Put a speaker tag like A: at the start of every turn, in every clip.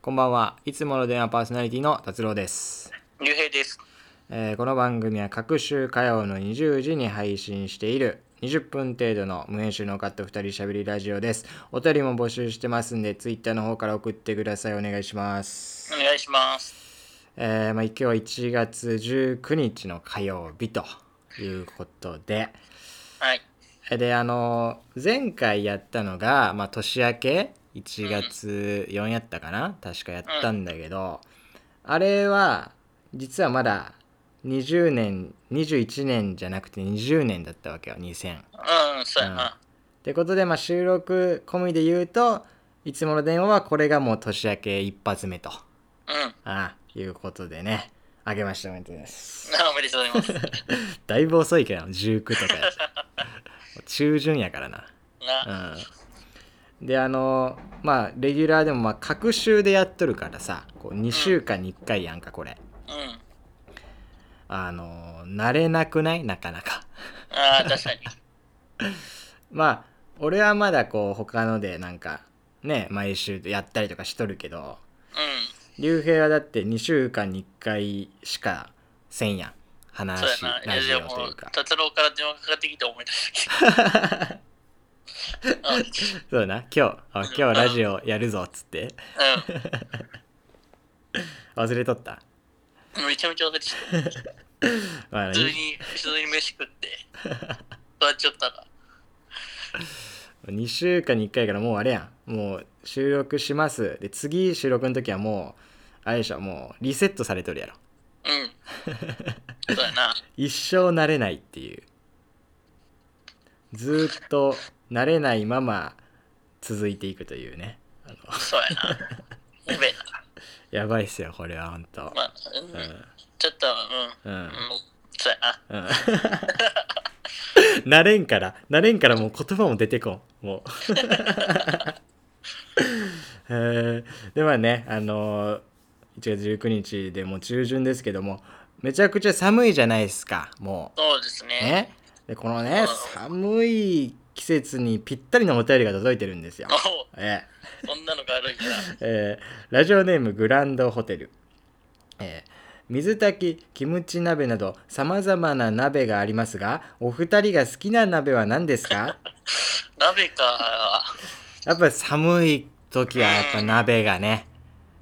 A: こんばんは。いつもの電話パーソナリティの達郎です。
B: 竜兵です。
A: えーこの番組は各週火曜の20時に配信している20分程度の無編集のカット2人喋りラジオです。お便りも募集してますんで、ツイッターの方から送ってください。お願いします
B: お。願いします。
A: えーまあ、今日は1月19日の火曜日ということで、
B: はい。
A: であの前回やったのが、まあ、年明け1月4やったかな、確かやったんだけど、あれは実はまだ20年21年じゃなくて20年だったわけよ2000。っ
B: うん、そうやな。
A: てことで、まあ、収録込みで言うといつもの電話はこれがもう年明け一発目と
B: うん。
A: ああいうことでねあげましたおめでとうございます。
B: おめでとうございます。
A: だいぶ遅いけど19とかや し中旬やからな。
B: な。
A: うんであのまあレギュラーでもまあ隔週でやっとるからさこう2週間に1回やんかこれ
B: うん。
A: あの慣れなくないなかなか
B: ああ、確かに。
A: まあ俺はまだこう他のでなんかね毎週やったりとかしとるけど竜兵はだって2週間に1回しかせんやん
B: うん。
A: 話
B: そうやな。
A: ラ
B: い
A: ジ
B: や、
A: オ
B: で
A: とい
B: も
A: うか、
B: 達郎から電話かかってきて思い出した けど。うん。
A: そうだな今日あ今日ラジオやるぞっつって忘れとった
B: うん。めちゃめちゃ忘れてた。
A: まあ
B: 普通に、普通に飯食って。座っちゃったら。
A: 2週間に1回からもうあれやんもう収録しますで次収録の時はもうあれでしょもうリセットされとるやろ
B: うん。そうやな。
A: 一生慣れないっていうずーっと慣れないまま続いていくというねあの
B: そうやな。やべえな。
A: やばいっすよこれはほんと
B: まあ、うん
A: う。ん
B: ちょっと、うん。
A: うん
B: うん。そうやな。
A: うん慣れんから慣れんからもう言葉も出てこん もうえーではねあのー1月19日でもう中旬ですけどもめちゃくちゃ寒いじゃないですかも
B: そうです
A: う
B: ね。
A: ねでこのね寒い季節にぴったりのお便りが届いてるんですよ
B: お、お
A: え
B: そんなのがあるんやな。
A: ーえーラジオネームグランドホテルえー水炊きキムチ鍋などさまざまな鍋がありますがお二人が好きな鍋は何ですか
B: 鍋か。
A: やっぱり寒い時はやっぱ鍋がね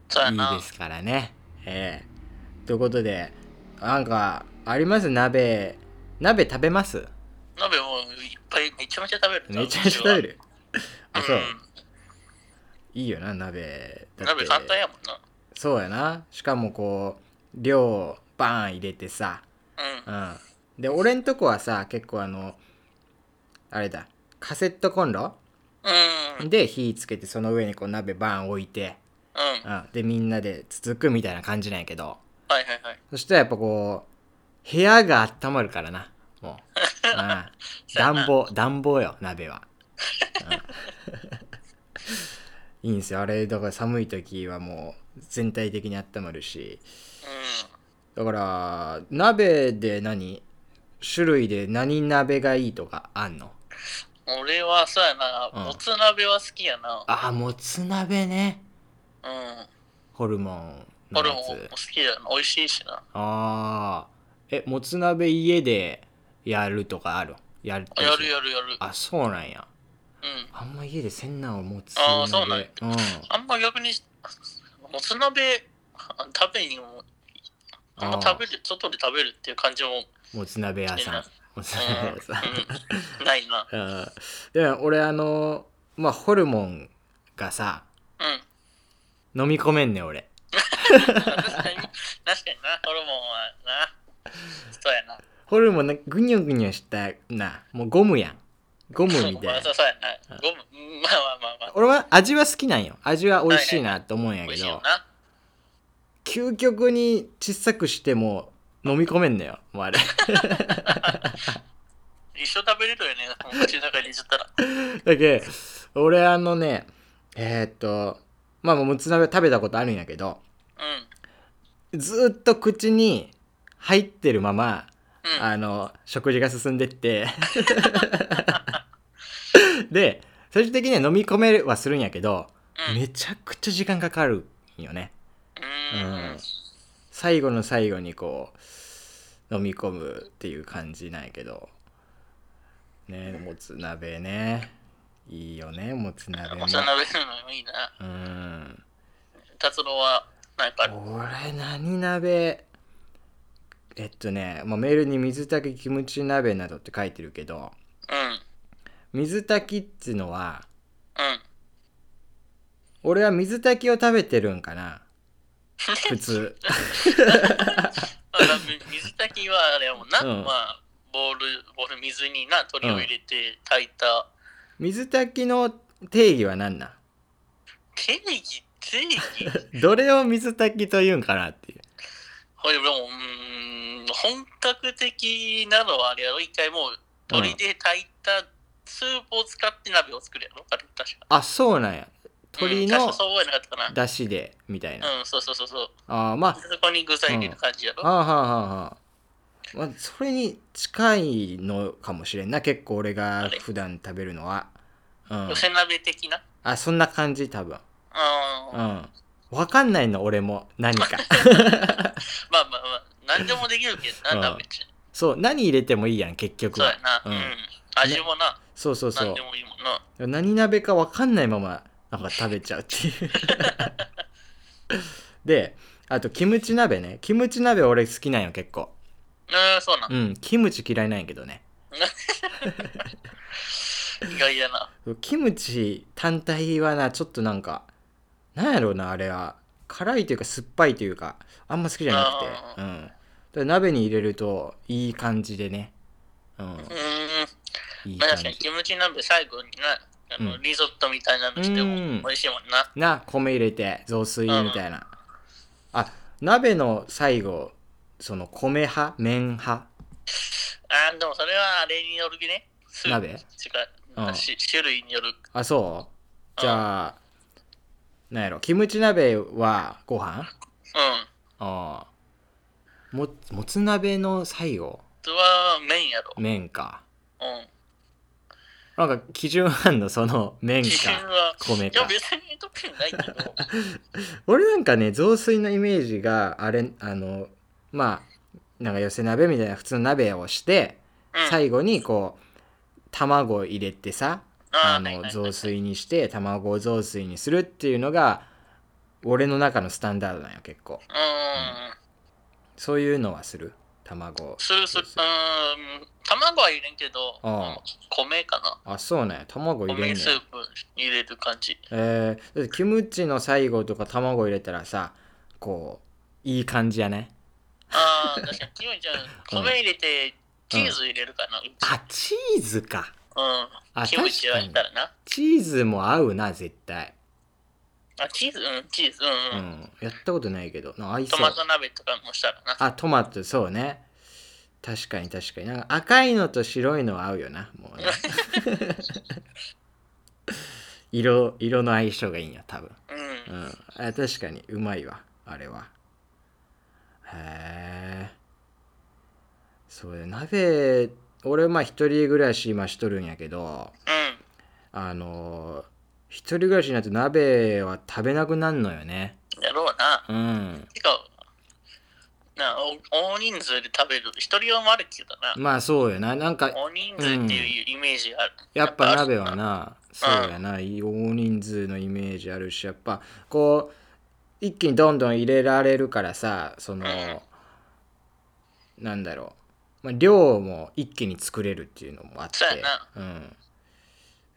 B: そうや
A: い
B: な。
A: いですからねええということでなんかあります鍋鍋食べます
B: 鍋もういっぱいめちゃめちゃ食べるな。
A: めちゃめちゃ食べるあ
B: うち
A: そう
B: は。
A: いいよな鍋
B: う
A: だっ
B: ん。
A: て
B: 鍋簡単やもんな。
A: そうやなしかもこう量バーン入れてさ
B: うん。
A: うん、で俺んとこはさ結構あのあれだカセットコンロ
B: うん。
A: で火つけてその上にこう鍋バーン置いて、
B: うん。
A: う
B: はい
A: ん、でみんなでつつくみたいな感じなんやけど
B: はいはい。
A: そしたらやっぱこう部屋が温まるからな もう、うん、暖房暖房よ鍋は、うん いいんすよあれだから寒い時はもう全体的に温まるしだから鍋で何種類で何鍋がいいとかあんの
B: うん。俺はそうやな。
A: うん
B: もつ鍋は好きやな。
A: ああもつ鍋ね
B: うん。
A: ホルモンの
B: 俺
A: や
B: も
A: つ
B: 好きやな。美味しいしな。
A: ああえもつ鍋家でやるとかあるやる
B: やるやるやる。
A: あそうなんや
B: うん。
A: あんま家でせんなをもつ
B: あーそうなんや
A: うん
B: あんま逆に、もつ鍋あ食べにも、あんま食べる、外で食べるっていう感 じも、
A: もつ鍋屋さんもつ鍋屋さん
B: うん。ないな。
A: うんでも俺あのまあホルモンがさ
B: うん。
A: 飲み込めんね俺
B: 確かに、確かにな、ホルモンはな。そうやな。
A: ホルモンなぐにょぐにょしたなもうゴムやんゴムみ
B: ま
A: た
B: あ
A: い
B: そ
A: な
B: うそうやな。ゴム、うんまあまあまあま
A: 俺は味は好きなんよ味は美味しいなって思うん
B: あ。
A: や
B: 美
A: け
B: 味しいよ
A: ど
B: な。
A: 究極に小さくしても飲み込めんのよもうあれ
B: 一生食べれるよね、口の中に入れちゃったら。
A: だけど俺あのねえーっとまあもうもつ鍋食べたことあるんやけど
B: うん。
A: ずーっと口に入ってるまま
B: うん。
A: あの食事が進んでってで最終的には飲み込めはするんやけど
B: うん、
A: めちゃくちゃ時間かかるんよね。
B: うんうんうん
A: 最後の最後にこう飲み込むっていう感じなんやけどねもつ鍋ねいいよねもつ鍋も
B: お茶鍋のもいいな。
A: うん
B: 達郎は何かある
A: 俺何鍋えっとね、まあ、メールに水炊きキムチ鍋などって書いてるけど
B: うん。
A: 水炊きっつうのは
B: うん。
A: 俺は水炊きを食べてるんかな普 通
B: あだ水炊きはあれやもんな、
A: うん
B: まあボールボール水にな鶏を入れて炊いた、
A: 水炊きの定義は何なん
B: 定義定義
A: どれを水炊きと言うんかなっていう
B: ほいでもうーん本格的なのはあれやろ一回もう鶏で炊いたスープを使って鍋を作るやろあれ確か
A: あそうなんや
B: う
A: 鶏
B: ん確
A: の
B: かそう覚えなかったか
A: 出汁でみたいな、
B: なうんそうそうそうそう
A: あーま
B: そこに具材入れる感じや
A: あ
B: ろ、
A: はあはあはあはあまあそれに近いのかもしれんな結構俺が普段食べるのはうん
B: 寄せ鍋的な
A: あそんな感じ多分
B: うん、
A: う
B: まあ
A: んわかんないの俺も何 か
B: まあまあ何でもできるけど
A: うん
B: な鍋って
A: そう何入れてもいいやん結局
B: そう
A: は
B: やな、
A: う
B: うんん、味もな、
A: そうそうそ
B: 何
A: う
B: でもいいもんな
A: 何鍋か分かんないままなんか食べちゃうっていう であとキムチ鍋ねキムチ鍋俺好きなんよ結構
B: えー、そうなん。
A: うんキムチ嫌いなんやけどね
B: 意外やな。
A: キムチ単体はなちょっとなんかなんやろうなあれは辛いというか酸っぱいというかあんま好きじゃなくてうんだから鍋に入れるといい感じでねうん
B: うーん。
A: いい
B: まあ
A: 感
B: 確かに
A: じ
B: キムチ鍋最後にな、あの
A: うん
B: リゾットみたいなのして
A: うん
B: も美味しいもんな。
A: な米入れて雑炊みたいなあ鍋の最後その米派麺派
B: あーでもそれはあれによるね。スープ
A: 鍋
B: 違う
A: うん。
B: し種類による。
A: あそうじゃあなんやろキムチ鍋はご飯
B: う
A: あ
B: ん。
A: あももつ鍋の最後
B: それは麺やろ。
A: 麺か
B: うん。
A: なんか基準あんのその麺
B: 基準
A: か
B: は。
A: 米
B: いや
A: か
B: 別に特にないけど。
A: 俺なんかね雑炊のイメージがあれあのまあなんか寄せ鍋みたいな普通の鍋をして、
B: うん。
A: 最後にこう卵入れてさ
B: あ
A: あ
B: ーはいはい
A: の
B: はい
A: 雑炊にして卵を雑炊にするっていうのが俺の中のスタンダードなんよ結構
B: うん。
A: そういうのはする卵を
B: するする。うーん。卵は入れんけど、
A: ああ
B: 米かな。
A: あそうね卵入れ
B: 米
A: んね
B: スープ入れる感じ。
A: えー、だってキムチの最後とか卵入れたらさこういい感じやね
B: ああ、確かに、キムちゃん、米入れて、チーズ入れるかな。
A: あチーズか
B: う
A: あ
B: ん。キムチは入れたらな。
A: チーズも合うな絶対
B: あ、チーズ、うん、チーズ、
A: う
B: う、
A: ん
B: うん。
A: んやったことないけどな合いそ
B: ト
A: う
B: マト鍋とかもしたらな。
A: あトマトそうね確かに確かになんか赤いのと白いのは合うよなもうね 色色の相性がいいんや多分
B: うん。
A: うんあ確かにうまいわあれはへえそうだ鍋俺まあ一人暮らし今しとるんやけど
B: うん。
A: あのー一人暮らしになると鍋は食べなくなんのよね
B: やろうな。
A: うん
B: てか、なお大人数で食べる。一人用もあるけどな。
A: まあそうよななんか
B: 大人数っていうイメージがある。
A: やっぱ鍋は
B: な。
A: なそうやな大人数のイメージあるしやっぱこう一気にどんどん入れられるからさそのなんだろう、まあ、量も一気に作れるっていうのもあって
B: そうやな
A: うん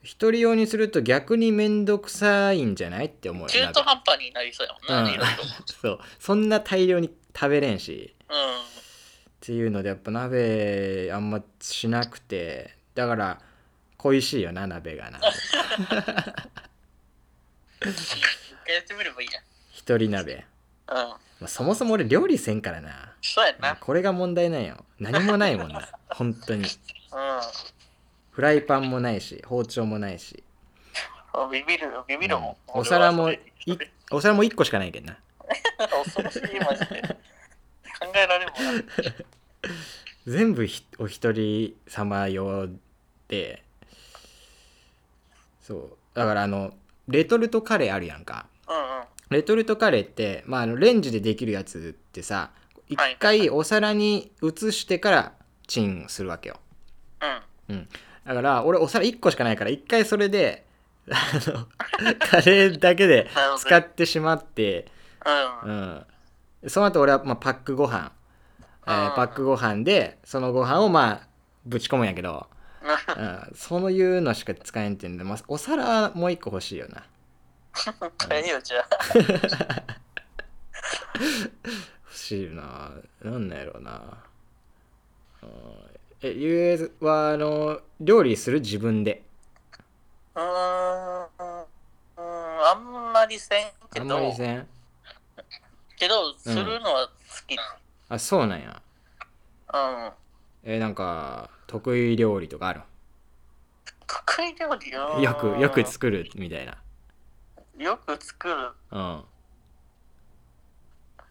A: 一人用にすると逆に面倒くさいんじゃないって思うよ
B: 中途半端になりそうやもんな、
A: うん
B: いろいろ。
A: そうそんな大量に食べれんし
B: うん。
A: っていうのでやっぱ鍋あんましなくてだから恋しいよな鍋 がな
B: やってみればいい
A: 一人鍋
B: やん。うん。
A: まあそもそも俺料理せんからな。
B: そうやな。
A: これが問題なんよ。何もないもん な。本当に。
B: う
A: フライパンもないし、包丁もないし。
B: ん。ビビるよ、ビビるもん。
A: うんお皿も
B: 俺はそれ
A: いお皿も1個しかないけどな。
B: 恐ろしいマジで考えられんもんな
A: 全部ひお一人様用で。そう。だからあの、レトルトカレーあるやんか。
B: うんうん
A: レトルトカレーって、まあ、あのレンジでできるやつってさ一
B: はい
A: 回お皿に移してからチンするわけよ
B: うん。
A: だから俺お皿1個しかないから一回それであの カレーだけで
B: なるほど
A: 使ってしまって、
B: うん。
A: うん、その後俺はまあパックご飯、えー
B: あー
A: パックご飯でそのご飯をまあぶち込むんやけど、うん、そういうのしか使えんっていうんで、まあ、お皿はもう1個欲しいよな
B: 買えよ、じゃあ。
A: 欲しいななんなんやろうなうんえゆえはあの料理する自分で
B: うーん。うーん、あんまりせんけ
A: あんまり
B: ど、
A: せん
B: けど、するのは好き。
A: あそうなんや
B: うん。
A: えなんか得意料理とかある
B: 得意料理よ。
A: よくよく作るみたいな
B: よく作る。
A: うん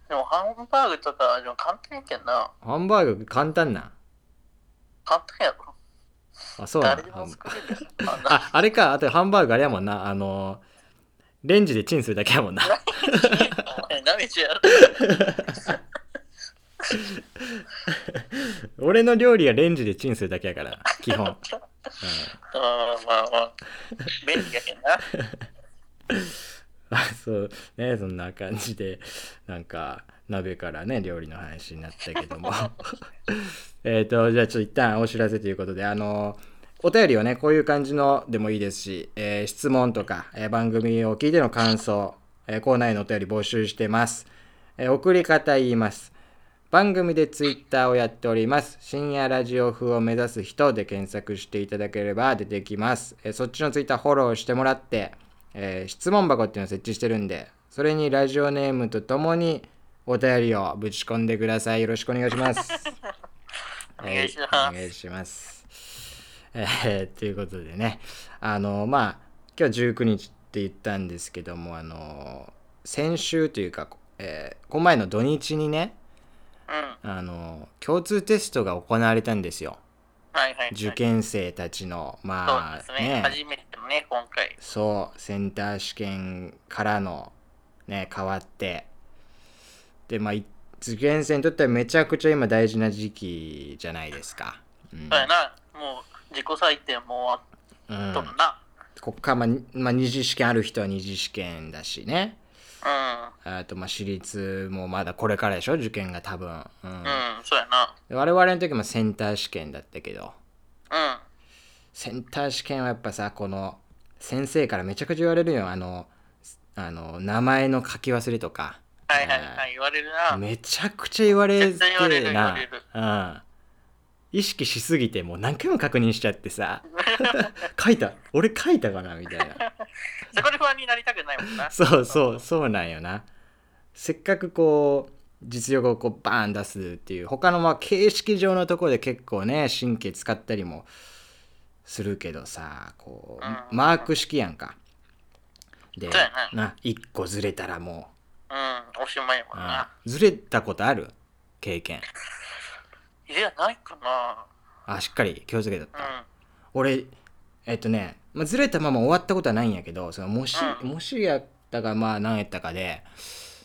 B: でも、ハンバーグとか、でも簡単やけんな。
A: ハンバーグ簡単なん
B: 簡単やろ。
A: あそうなん
B: 誰で
A: ハ
B: も
A: ン
B: 作れるやろ。あんな
A: ああれかあとハンバーグあれやもんなあのレンジでチンするだけやもんな
B: お 前なめちゃやろ。
A: 俺の料理はレンジでチンするだけやから基本、うん、
B: うん、まあまあ。便利やけんな。
A: あそうねそんな感じでなんか鍋からね料理の話になったけども えっとじゃあちょっと一旦お知らせということであのお便りをねこういう感じのでもいいですし、えー質問とか、えー番組を聞いての感想、えーコーナーへのお便り募集してます、えー送り方言います番組でツイッターをやっております。深夜ラジオ風を目指す人で検索していただければ出てきます。えーそっちのツイッターフォローしてもらって、えー質問箱っていうのを設置してるんで、それにラジオネームとともにお便りをぶち込んでください。よろしくお願いします。
B: お願いします
A: はお願いします。えーということでね、あの、まあ、今日19日って言ったんですけども、あの、先週というか、えーこの前の土日にね、
B: うん。
A: あの共通テストが行われたんですよ
B: はいはい、はい。
A: 受験生たちの
B: そう
A: ま
B: です
A: あ
B: ね。
A: ね
B: 初めてのね、今回。
A: そうセンター試験からのね変わってでまあい受験生にとってはめちゃくちゃ今大事な時期じゃないですか、うん
B: そうやな。もう、自己採点も
A: う
B: あ
A: ん
B: っとるな。
A: こっから、まあにまあ、二次試験ある人は二次試験だしね
B: うん。
A: あとまあ私立もまだこれからでしょ受験が多分、うん
B: うん、そうやな。
A: で我々の時もセンター試験だったけど
B: うん。
A: センター試験はやっぱさこの先生からめちゃくちゃ言われるよあのあの名前の書き忘れとか
B: はいはいはい、言われるな。
A: めちゃくちゃ言われて
B: 絶対言われる言わ
A: な
B: れる
A: うん、意識しすぎてもう何回も確認しちゃってさ書いた俺書いたかなみたいな
B: そこで不安になりたくないもん な。
A: そうそうそうなんよなせっかくこう実力をこうバーン出すっていう他のまあ形式上のところで結構ね神経使ったりもするけどさこう
B: うん
A: マーク式やんか。で
B: そうやな
A: な1個ずれたらも
B: うん、おしまいやも
A: う、
B: ん
A: うん
B: な。
A: ずれたことある経験
B: いや、ないかな。
A: あしっかり気をつけとっ
B: う
A: た、
B: ん。
A: 俺えっとね、まあ、ずれたまま終わったことはないんやけどそのもし、
B: うん
A: もしやったかまあ何やったかで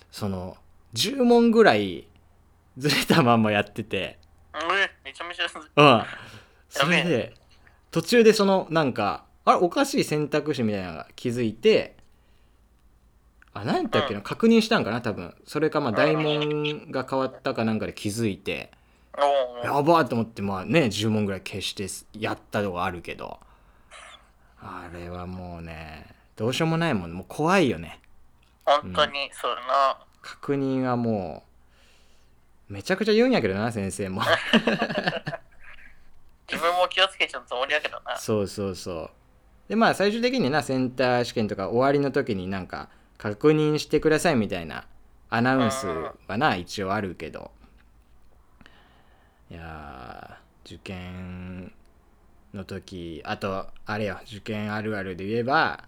A: その10問ぐらいずれたまんまやってて
B: うえ、めちゃめちゃ、
A: うんそれ
B: やべ
A: で途中でそのなんかあれおかしい選択肢みたいなのが気づいてあ何やったっけな、確認したんかな多分それかまあ大問が変わったかなんかで気づいて
B: お
A: や
B: ー
A: ばーと思ってまあね10問ぐらい消してやったとこあるけどあれはもうねどうしようもないもんもう怖いよね
B: 本当に、そうやな。
A: 確認はもうめちゃくちゃ言うんやけどな先生も
B: 自分も気をつけちゃうつもりやけどな。
A: そうそうそうでまあ最終的になセンター試験とか終わりの時になんか確認してくださいみたいなアナウンスはな一応あるけどいやー受験の時あとあれよ受験あるあるで言えば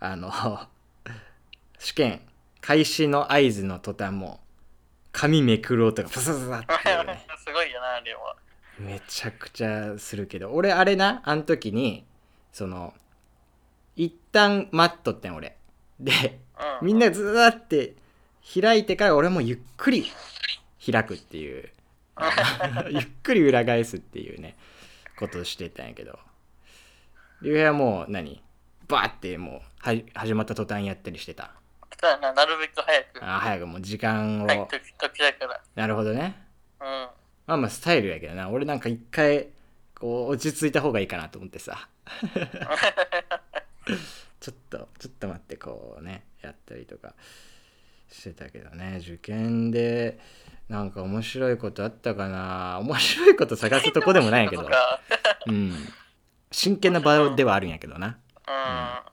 A: あの 試験開始の合図の途端も紙めくる音がパサパサパサっていうね
B: すごいよな、あれは。
A: めちゃくちゃするけど俺あれなあの時にその一旦待っとってん俺で
B: う
A: みんなずーって開いてから俺もゆっくり開くっていう ゆっくり裏返すっていうねことをしてたんやけど竜兵はもう何バーってもうは始まった途端やったりしてた
B: そうやな、なるべく早く。
A: あー早くもう時間を、
B: はい、時時だから。
A: なるほどね
B: うん。
A: まあまあスタイルやけどな俺なんか一回こう落ち着いた方がいいかなと思って さちょっとちょっと待ってこうねやったりとかしてたけどね受験でなんか面白いことあったかな面白いこと探すとこでもないんやけど
B: と、か
A: うん、真剣な場ではあるんやけどな
B: う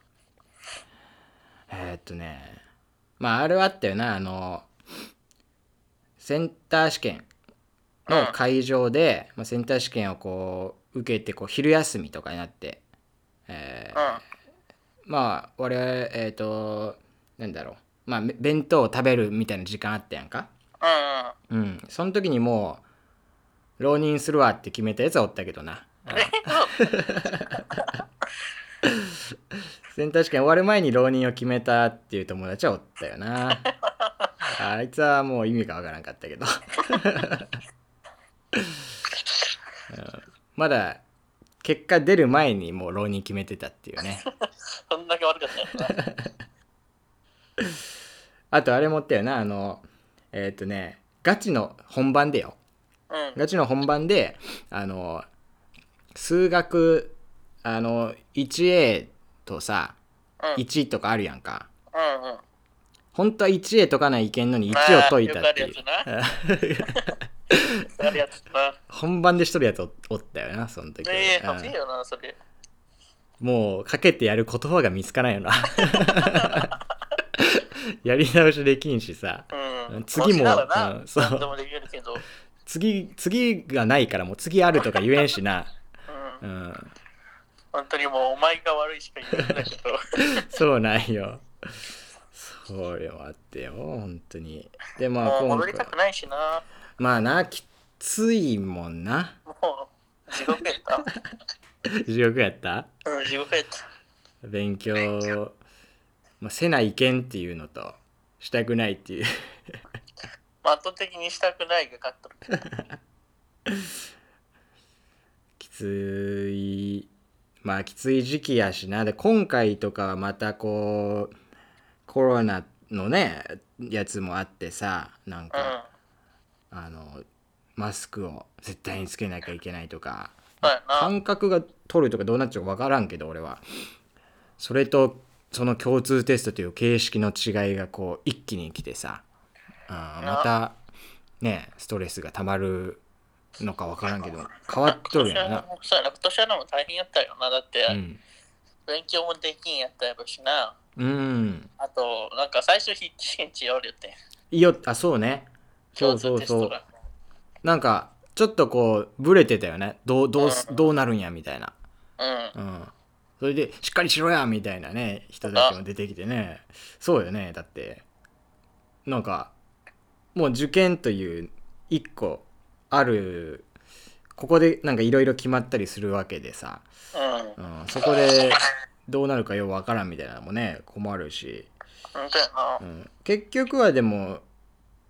A: えーっとねまああれはあったよなあのセンター試験の会場で、まあ、センター試験をこう受けてこう昼休みとかになって、えー
B: ん。うん。
A: まあ我々えーっ、となんだろうまあめ弁当を食べるみたいな時間あったやんか
B: うん。
A: うんその時にもう浪人するわって決めたやつはおったけどなセンター試験終わる前に浪人を決めたっていう友達はおったよな あいつはもう意味がわからんかったけど うんまだ結果出る前にもう浪人決めてたっていうね
B: そんだけ悪かったよな。
A: あとあれ持ったよなあのえーっ、とねガチの本番でよ
B: うん。
A: ガチの本番であの数学あの 1A とさ
B: うん。
A: 1とかあるやんか
B: うん。うん。
A: 本当は 1A 解かないけんのに
B: まあ
A: 1を解いたってい
B: よ
A: う
B: くあるやあ れやつな。
A: 本番でしとるやつおおったよなその時、
B: ね
A: う
B: え、
A: ん
B: 欲しいよな、それ。
A: もうかけてやる言葉が見つかないよ なやり直しできんしさ
B: うん。
A: 次も
B: 欲しいならな、
A: うんそう
B: 何でもできるけど。うん。
A: 次次がないからもう次あるとか言えんしな、うん、
B: 本当にもう、お前が悪いしか言えないけど。
A: そうなんよそれはあってよ本当にで まあ
B: もう
A: 今
B: 戻り
A: 回
B: たくないしな。
A: まあなきついもんな
B: もう、地獄やった。
A: 地獄やった
B: うん、地獄やった。
A: 勉強、まあ、せないけんっていうのとしたくないっていう
B: まあ圧倒的にしたくないが勝っとる。
A: きついまあきつい時期やしなで今回とかはまたこうコロナのねやつもあってさなん
B: うん。
A: か、あのマスクを絶対につけなきゃいけないとか
B: そうやな。
A: 感覚が取るとかどうなっちゃうか分からんけど俺はそれとその共通テストという形式の違いがこう一気に来てさ、うん、またねストレスがたまるのか分からんけど変わっとる
B: 今
A: やん
B: 年
A: な
B: は、そうやな今年はでも大変やったよな。だって、
A: うん、
B: 勉強もできんやったやろしな。
A: うん、
B: あと、なんか最初筆記試験違うよって。
A: いいよあそうねそうそうそ
B: 共通テ
A: う
B: ストが
A: なんかちょっとこうブレてたよねどうどうすどうなるんやみたいな
B: うん。
A: うん、それでしっかりしろやみたいなね人たちも出てきてねそうよねだってなんかもう受験という一個あるここでなんかいろいろ決まったりするわけでさ、
B: うん。
A: うん、そこでどうなるかようわからんみたいなのもね困るし、
B: 本当やな
A: う。ん、結局はでも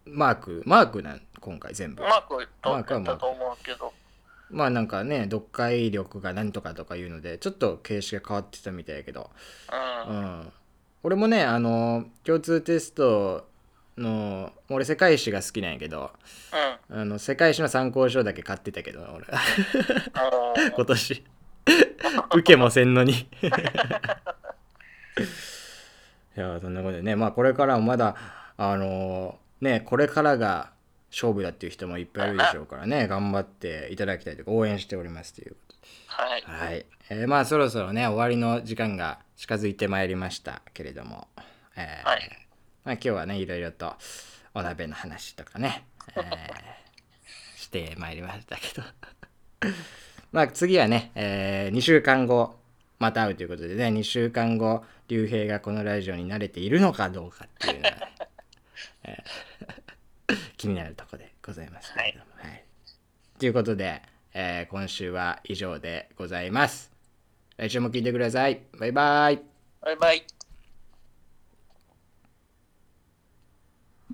A: マークマークなん今回全部
B: うまくいったと思うけど。
A: まあなんかね読解力がなんとかとかいうのでちょっと形式が変わってたみたいやけど
B: うん。
A: う
B: うん。
A: ん、俺もねあの共通テストの俺世界史が好きなんやけどあの世界史の参考書だけ買ってたけど俺
B: あのー
A: 今年 受けもせんのに いやそんなことでねまあこれからもまだあのねこれからが勝負だっていう人もいっぱいいるでしょうからね頑張っていただきたいとか応援しておりますという
B: はい。
A: はい、えーまあそろそろね終わりの時間が近づいてまいりましたけれども、えー
B: はい
A: まあ、今日はねいろいろとお鍋の話とかね、えー してまいりましたけど まあ次はね、え2週間後また会うということでね2週間後竜兵がこのラジオに慣れているのかどうかっていうのは、 えー 気になるとこでございますけれども。はいということで、えー今週は以上でございます。来週も聞いてください。バイバイ。
B: バイバイ。